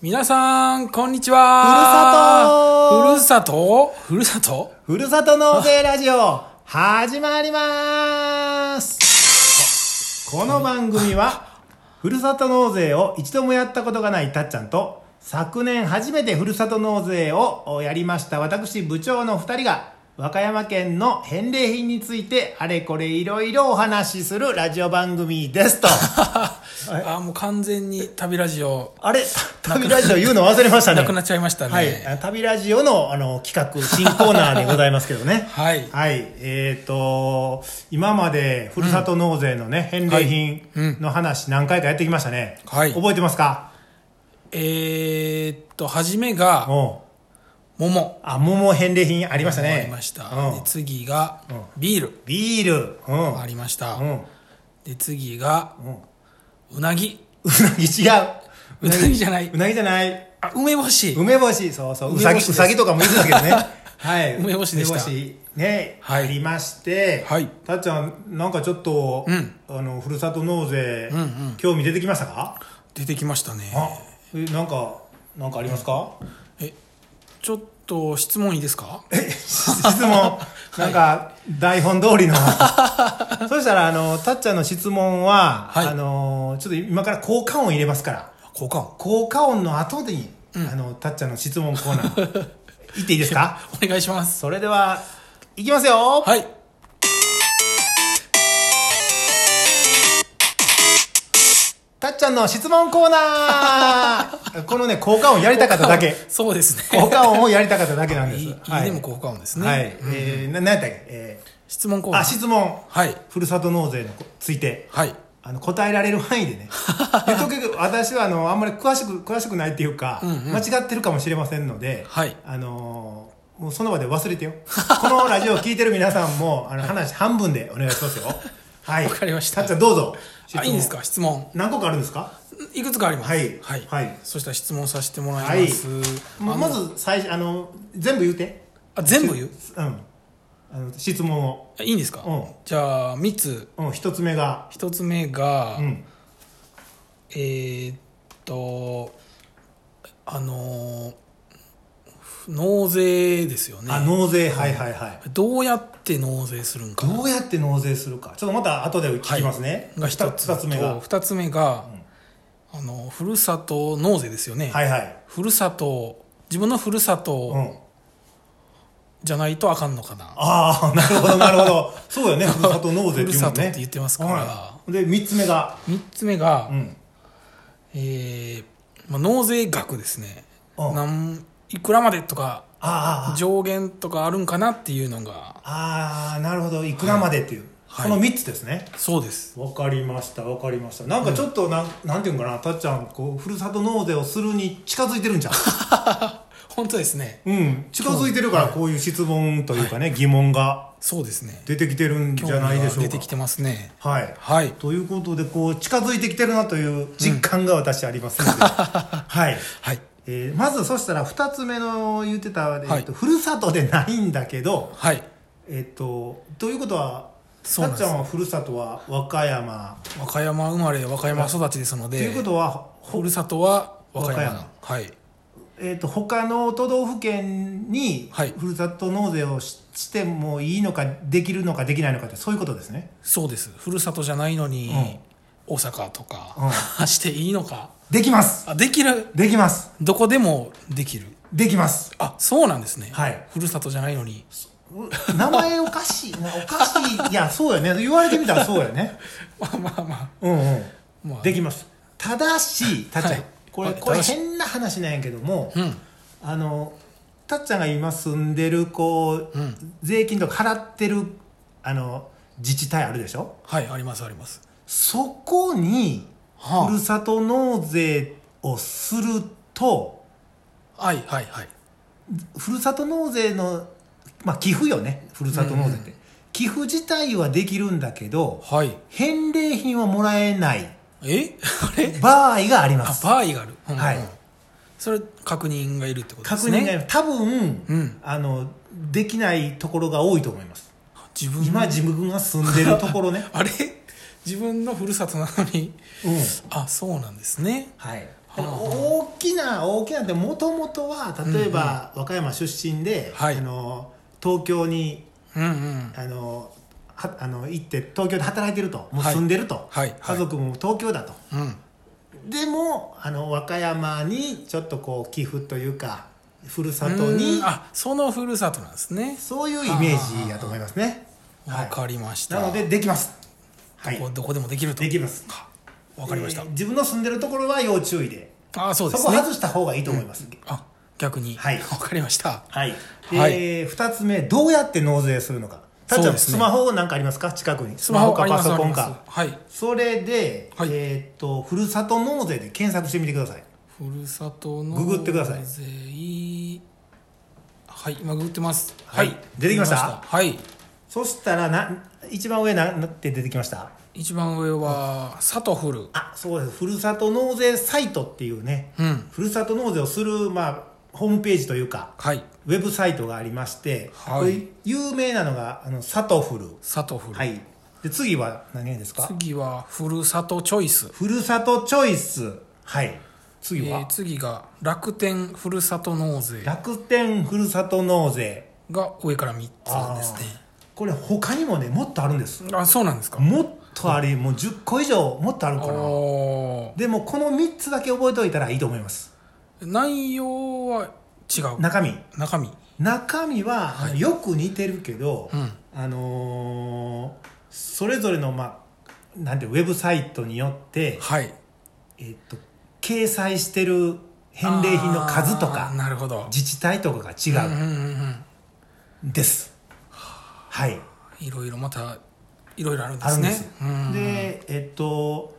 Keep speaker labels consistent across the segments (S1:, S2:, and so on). S1: 皆さん、こんにちは。
S2: ふ
S1: ふるさとふるさと
S2: ふるさと納税ラジオ始まりますこの番組はふるさと納税を一度もやったことがないたっちゃんと昨年初めてふるさと納税をやりました私部長の2人が和歌山県の返礼品についてあれこれいろいろお話しするラジオ番組で すと
S1: あ、もう完全に旅ラジオ、
S2: あれ旅ラジオ言うの忘れましたね
S1: なくなっちゃいましたね。
S2: はい、あ旅ラジオのあの企画、新コーナーでございますけどね。
S1: はい
S2: えっ、と、今までふるさと納税のね、返礼品の話何回かやってきましたね。
S1: はい
S2: 覚えてますか
S1: えーっと、初めが、
S2: おう
S1: 桃。
S2: あ、桃返礼品ありましたね。
S1: ありました。
S2: うん
S1: で次が
S2: うん、
S1: ビール。
S2: ビール。うん。
S1: ありました
S2: う。ん。
S1: で、次が、
S2: うん。
S1: うなぎ。
S2: うなぎ違う。。
S1: うなぎじゃないう
S2: なぎじゃない。
S1: あ、梅干し。
S2: 梅干し、そうそう。う
S1: 梅
S2: さ
S1: 干
S2: ぎ、う
S1: しです
S2: さぎとかもいるんだけど ね。はい。
S1: 梅干しでした
S2: 梅干しね、
S1: はい
S2: ありまして。
S1: はい
S2: たっちゃん、なんかちょっと、
S1: うん
S2: あの、ふるさと納税、
S1: うんうん
S2: 興味出てきましたか
S1: 出てきましたね。
S2: あ、えなんか、なんかありますか、
S1: え、ちょっと質問いいですか
S2: 質問。なんか、台本 通りの。そしたら、あの、たっちゃんの質問は、
S1: はい
S2: あの、ちょっと今から効果音入れますから。
S1: 交換。
S2: 効果音の後に、あの、たっちゃんの質問コーナー、行っていいですか
S1: お願いします。
S2: それでは、いきますよ
S1: はい。
S2: たっちゃんの質問コーナ ーこのね、効果音やりたかっただけ。
S1: そうですね。
S2: 効果音をやりたかっただけなんで
S1: い
S2: す。
S1: いいい
S2: はい
S1: でも効果音ですね。
S2: はい。えー、な、なんやったっけえ
S1: 質問コー
S2: ー、
S1: ナ
S2: あ、
S1: ー。
S2: 質問。
S1: はい。
S2: ふるさと納税のこついて。
S1: はい。
S2: あの、答えられる範囲 でね。言っとくけど私は、あの、あんまり詳しく、詳しくないっていうか、
S1: んうん
S2: 間違ってるかもしれませんので、
S1: はい
S2: あのーもうその場で忘れてよ。このラジオを聞いてる皆さんも、あの、話半分でお願いしますよ。はい。
S1: わかりました
S2: たっちゃんどうぞ。
S1: あ、いいんですか質問。
S2: 何個かあるんですか
S1: いくつかあります。
S2: はい
S1: はい。
S2: はい
S1: そしたら質問させてもらいます。
S2: ま
S1: あの
S2: ま、ず最初あの全部言うて
S1: あ、全部言う
S2: うんあの質問を、
S1: あいいんですか
S2: うん
S1: じゃあ、3つ。
S2: うん、一つ目が、
S1: 1つ目が
S2: う、ん、
S1: えーっと、あのー、納税ですよ
S2: あ
S1: ね。
S2: 納税はいはいはい
S1: どうやって納税するんか。
S2: どうやって納税するかちょっとまた後で聞きますね、
S1: が
S2: 二
S1: 一つ
S2: 二つ目が
S1: と二つ目が、あのふるさと納税ですよね、
S2: はいはい
S1: ふるさと自分のふるさ
S2: う
S1: と
S2: ん
S1: じゃないとあかんのかな、
S2: あ あなるほどなるほどそうよねふるさと納税っていうもんね
S1: ふるさとって言ってますから
S2: はいで三つ目が
S1: 三つ目が、
S2: うん
S1: えーまあ、納税額ですね、
S2: うん
S1: なんいくらまでとか
S2: あーあー
S1: 上限とかあるんかなっていうのが
S2: あーあーなるほどいくらまでっていう、
S1: はい
S2: この三つですね
S1: そうです
S2: わかりましたわかりましたなんかちょっとなん,、なんていうんかなたっちゃんこうふるさと納税をするに近づいてるんじゃん
S1: 本当ですね
S2: うん近づいてるからこういう質問というかね、疑問が
S1: そうですね
S2: 出てきてるんじゃないでしょ
S1: 興味
S2: う
S1: が出
S2: か
S1: てきてますね
S2: はい
S1: はい
S2: ということでこう近づいてきてるなという実感が私あります ので、はい、
S1: はい
S2: えーまずそしたら2つ目の言ってた、えーと
S1: は
S2: ふるさとでないんだけど
S1: はい
S2: えっ、とということは
S1: そう
S2: た
S1: なん
S2: っ
S1: で
S2: ち
S1: す
S2: ゃんはふるさとは和歌山
S1: 和歌山生まれ和歌山育ちですの
S2: と
S1: で
S2: いうことはほ
S1: ふるさとは和歌山
S2: 和歌
S1: はい
S2: えー、と他の都道府県に
S1: はい
S2: ふるさと納税をししてもいいのかできるのかできないのかってそういうことですね
S1: そうですふるさとじゃないのに、大阪とか、 していいのか
S2: できます
S1: あできる
S2: できます
S1: どこでもできる
S2: でき ます
S1: あそうなんですね、
S2: はい
S1: ふるさとじゃないのに
S2: う名前おかしいなおかしいいやそうやね言われてみたらそうやね
S1: まあまあまあ
S2: うんうん、
S1: まあ
S2: できますただしたっちゃん、
S1: はい
S2: これ
S1: はい
S2: これ
S1: 正しい
S2: 変な話なんやけども、
S1: うん
S2: あのたっちゃんが今住んでるこ
S1: う
S2: う、
S1: ん
S2: 税金とか払ってるあの自治体あるでしょ
S1: はいありますあります
S2: そこに
S1: はあ
S2: ふるさと納税をすると
S1: はいはいはい
S2: ふるさと納税の、まあ、寄付よねふるさと納税って、寄付自体はできるんだけど
S1: はい
S2: 返礼品はもらえない
S1: え あれ
S2: 場合がありま
S1: あ
S2: す
S1: 場合がある、うんうん
S2: はい
S1: それ確認がいるってことで
S2: 確
S1: す
S2: 認
S1: ね
S2: が多分、
S1: うん
S2: あのできないところが多いと思います
S1: 自分
S2: 今自分が住んでると ころね
S1: あれ自分のふるさとなのに
S2: うん
S1: あそうなんですね
S2: はい
S1: はあ
S2: 大ききな大きなってもともとは例えば和歌山出身で、
S1: はい
S2: あの東京に
S1: うんうん
S2: あのはあの行って東京で働いてるともう
S1: はい
S2: 住んでると、
S1: はいはい
S2: 家族も東京だと
S1: うん
S2: でもあの和歌山にちょっとこう寄付というかふるさとに
S1: うんあそのふるさとなんですね
S2: そういうイメージやと思いますねは
S1: わ
S2: い
S1: かりました、
S2: なのでできますはい
S1: こうどこでもできると
S2: できます
S1: わかりました、
S2: えー自分の住んでるところは要注意で
S1: あそう
S2: そ
S1: です
S2: こ
S1: ね
S2: 外した方がいいと思います、
S1: あ逆に
S2: はい
S1: わかりました
S2: はい、
S1: はい
S2: えー、2つ目どうやって納税するのかたっち
S1: そ
S2: ゃ、
S1: うんですね
S2: スマホなんかありますか近くにス
S1: ス
S2: マ
S1: マ
S2: ホ
S1: ホ
S2: か
S1: ありま
S2: パ
S1: す
S2: ソコ
S1: あり
S2: ン
S1: ます
S2: か
S1: はい
S2: それで、
S1: はい
S2: えーっとふるさと納税で検索してみてください
S1: ふるさとの
S2: ググってください
S1: ぜはい今ググってます
S2: はい出てきました
S1: はい
S2: そしたらな一番上ななって出てきました
S1: 一番上は「さとふる
S2: あそうですふるさと納税サイトっていうね」
S1: うん
S2: ふるさと納税をする、まあ、ホームページというか
S1: はい
S2: ウェブサイトがありまして、
S1: はい
S2: これ有名なのがあのサトフル
S1: 「さとふる」
S2: はいで次は何ですか
S1: 次は「ふるさとチョイス」
S2: ふるさとチョイスはい次
S1: え
S2: は
S1: ー、次が「楽天ふるさと納税
S2: 楽天ふるさと納税」
S1: が上から3つですね
S2: これ他にもねもっとあるんです
S1: あそうなんですか
S2: もっとありもう10個以上もっとあるか
S1: あ
S2: なでもこの3つだけ覚えておいたらいいと思います
S1: あ内容は違う
S2: 中身
S1: 中身
S2: 中身は、あのよく似てるけど、
S1: うん
S2: あのーそれぞれの、まあ、なんてウェブサイトによって、
S1: はい
S2: えっと掲載してる返礼品の数と
S1: あー
S2: か
S1: なるほど
S2: 自治体とかが違
S1: うんうんうんうん
S2: うんです、はい
S1: いろいろまたいろいろあるんで
S2: ある
S1: す
S2: ん
S1: ね
S2: です、
S1: うん
S2: でえっと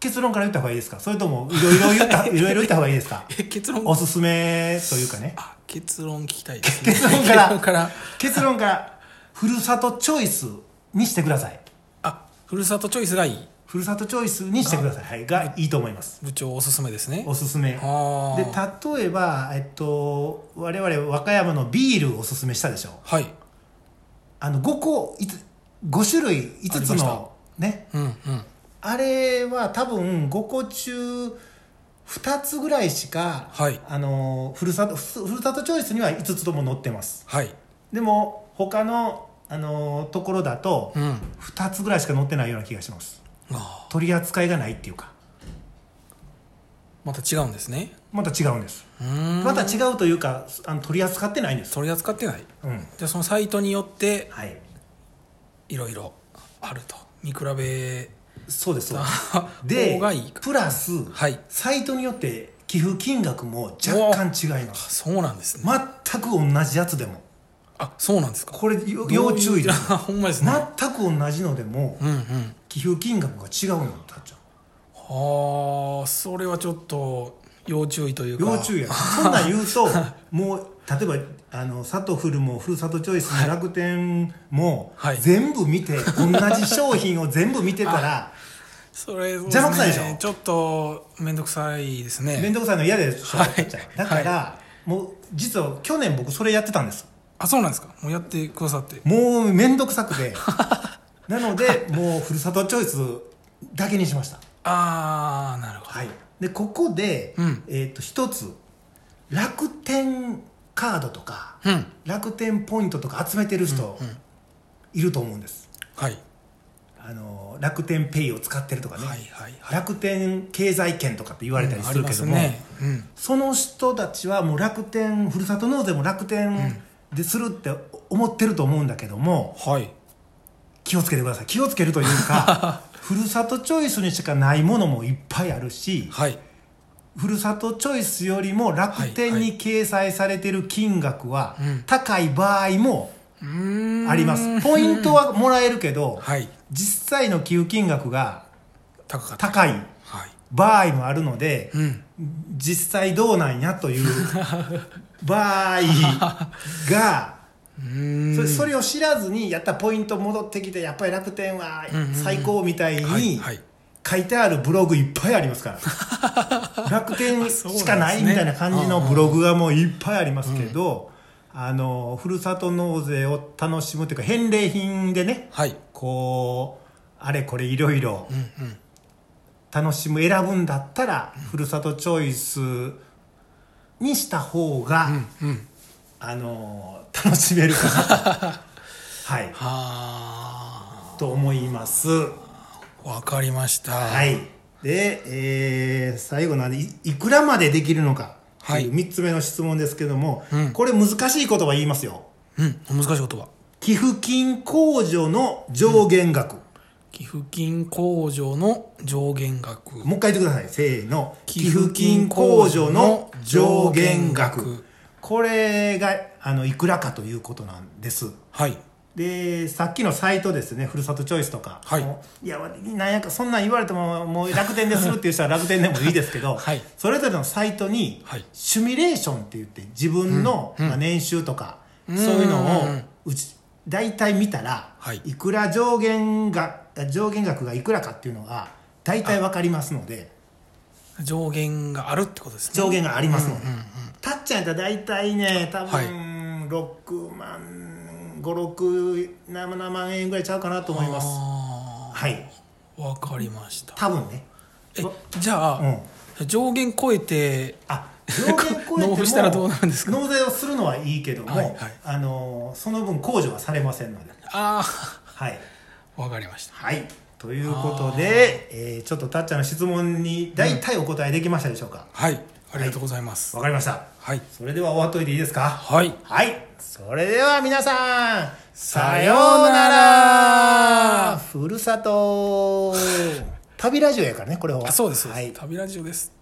S2: 結論から言った方がいいですかそれともいろいろ言っ たいろいろ言った方がいいですか
S1: え結論
S2: おすすめというかね
S1: あ結論聞きたいです、ね、
S2: 結論か
S1: 結
S2: ら
S1: 論から
S2: 結論からふるさとチョイスにしてください
S1: あふるさとチョイスがいい
S2: ふるさとチョイスにしてください、はい、がいいと思います
S1: 部長おすすめですね
S2: おすすめで
S1: あー
S2: 例えば、えっと、我々和歌山のビールをおすすめしたでしょ
S1: はい
S2: あの5個いつ5種類5つ
S1: ありまし
S2: のね
S1: うんうん
S2: あれは多分5個中2つぐらいしか、
S1: はい
S2: あのふるさとふふるさとチョイスには5つとも載ってます
S1: はい
S2: でも他のあのところだと
S1: うん
S2: 2つぐらいしか載ってないような気がします
S1: あ
S2: 取り扱いがないっていうか
S1: ーまた違うんですね
S2: また違うんです
S1: うーん
S2: また違うというかあの取り扱ってないんです
S1: 取り扱ってない
S2: うん
S1: じゃあそのサイトによって
S2: はい
S1: いろいろあると見比 べ
S2: そうですそうです
S1: た
S2: で
S1: 方がいいか
S2: プラス、
S1: はい
S2: サイトによって寄付金額も若干違います
S1: そうなんですね、
S2: 全く同じやつでも
S1: あそうなんですか
S2: これよ要注意
S1: だ
S2: です
S1: ほんまですね、
S2: 全く同じのでも
S1: うんうん
S2: 寄付金額が違うのたっちゃん
S1: はあそれはちょっと要注意というか
S2: 要注意やそんなん言う ともう例えばあのサトフルもふるさとチョイスも楽天も、
S1: はい
S2: 全部見て同じ商品を全部見てたら
S1: それそう
S2: 邪魔くさいでしょ
S1: ちょっと面倒くさいですね
S2: 面倒くさいの嫌でしょ、
S1: はい
S2: たっちゃんだから、もう実は去年僕それやってたんです
S1: あそうなんですかもうやってくださって
S2: もう面倒くさくてなのでもうふるさとチョイスだけにしました
S1: ああなるほど
S2: はいでここで、
S1: うん
S2: えー、と一つ楽天カードとか、
S1: うん
S2: 楽天ポイントとか集めてる人いると思うんです、
S1: はい
S2: あの楽天ペイを使ってるとかね、
S1: はいはいはい
S2: 楽天経済圏とかって言われたり
S1: あ
S2: す
S1: り
S2: るけ
S1: ま
S2: ど
S1: す
S2: も、
S1: ねうん
S2: その人たちはもう楽天ふるさと納税も楽天でするって思ってると思うんだけども、
S1: はい
S2: 気をつけてください気をつけるという かふるさとチョイスにしかないものもいっぱいあるし
S1: はい
S2: ふるさとチョイスよりも楽天
S1: はい
S2: に掲載されてる金額は
S1: うん
S2: 高い場合も
S1: うーん
S2: あります、ポイントはもらえるけど、
S1: はい
S2: 実際の寄付金額が
S1: 高かった
S2: 高い
S1: はい
S2: 場合もあるので、
S1: うん
S2: 実際どうなんやという 場合が
S1: うーん
S2: それそれを知らずにやったらポイント戻ってきてやっぱり楽天は最高みたい
S1: はい
S2: に
S1: はい
S2: 書いてあるブログいっぱいありますから 楽天しかないみたいな感じのブログがもういっぱいありますけど、あのふるさと納税を楽しむというか返礼品でね
S1: はい
S2: こうあれこれいろいろ
S1: うんうん
S2: 楽しむ選ぶんだったら、ふるさとチョイスにした方が、あのー楽しめるかな とはい
S1: あ
S2: と思います
S1: ーわかりました
S2: は
S1: はい
S2: で、えー最後なんでいいくらまでできるのかって
S1: はい
S2: いう3つ目の質問ですけども、
S1: うん
S2: これ難しい言葉言いますよ
S1: うん難しい言葉
S2: 寄付金控除の上限額、
S1: 寄付金控除の上限額
S2: もう一回言ってくださいせーの寄付金控除の上限額これがあのいくらかということなんです
S1: はい
S2: でさっきのサイトですねふるさとチョイスとか、
S1: はい
S2: もういやなんやかそんなん言われてももう楽天でするっていう人は楽天でもいいですけ ど、
S1: はい
S2: それぞれのサイトに
S1: はい
S2: シミュレーションって言って自分の、まあ、年収とか、
S1: ん
S2: そういうのを
S1: うん
S2: うち大体見たら、
S1: はい
S2: いくら上限が上限額がいくらかっていうのが大体わかりますので。
S1: 上限があるってことですね
S2: 上限がありますので、たっちゃんやったら大体ね多
S1: はい
S2: 分6万567万円ぐらいちゃうかなと思います
S1: あ
S2: はい
S1: ーわかりました
S2: 多分ね
S1: えじゃあ、上限超えて
S2: あ上限超え
S1: 納
S2: ても
S1: 付したらどうなるんですか
S2: 納税をするのはいいけども、
S1: はいはい
S2: あのーその分控除はされませんので
S1: あ
S2: はい
S1: あわかりました
S2: はいということで、えーちょっとたっちゃんの質問に大体お答えできましたでしょうかわ、
S1: はいありがとうございます
S2: かりました
S1: はい
S2: それでは終わっといていいですか
S1: はい
S2: はい。それでは皆さん、さような らふるさと旅ラジオやからね、これは。
S1: あそうです、
S2: はい。
S1: 旅ラジオです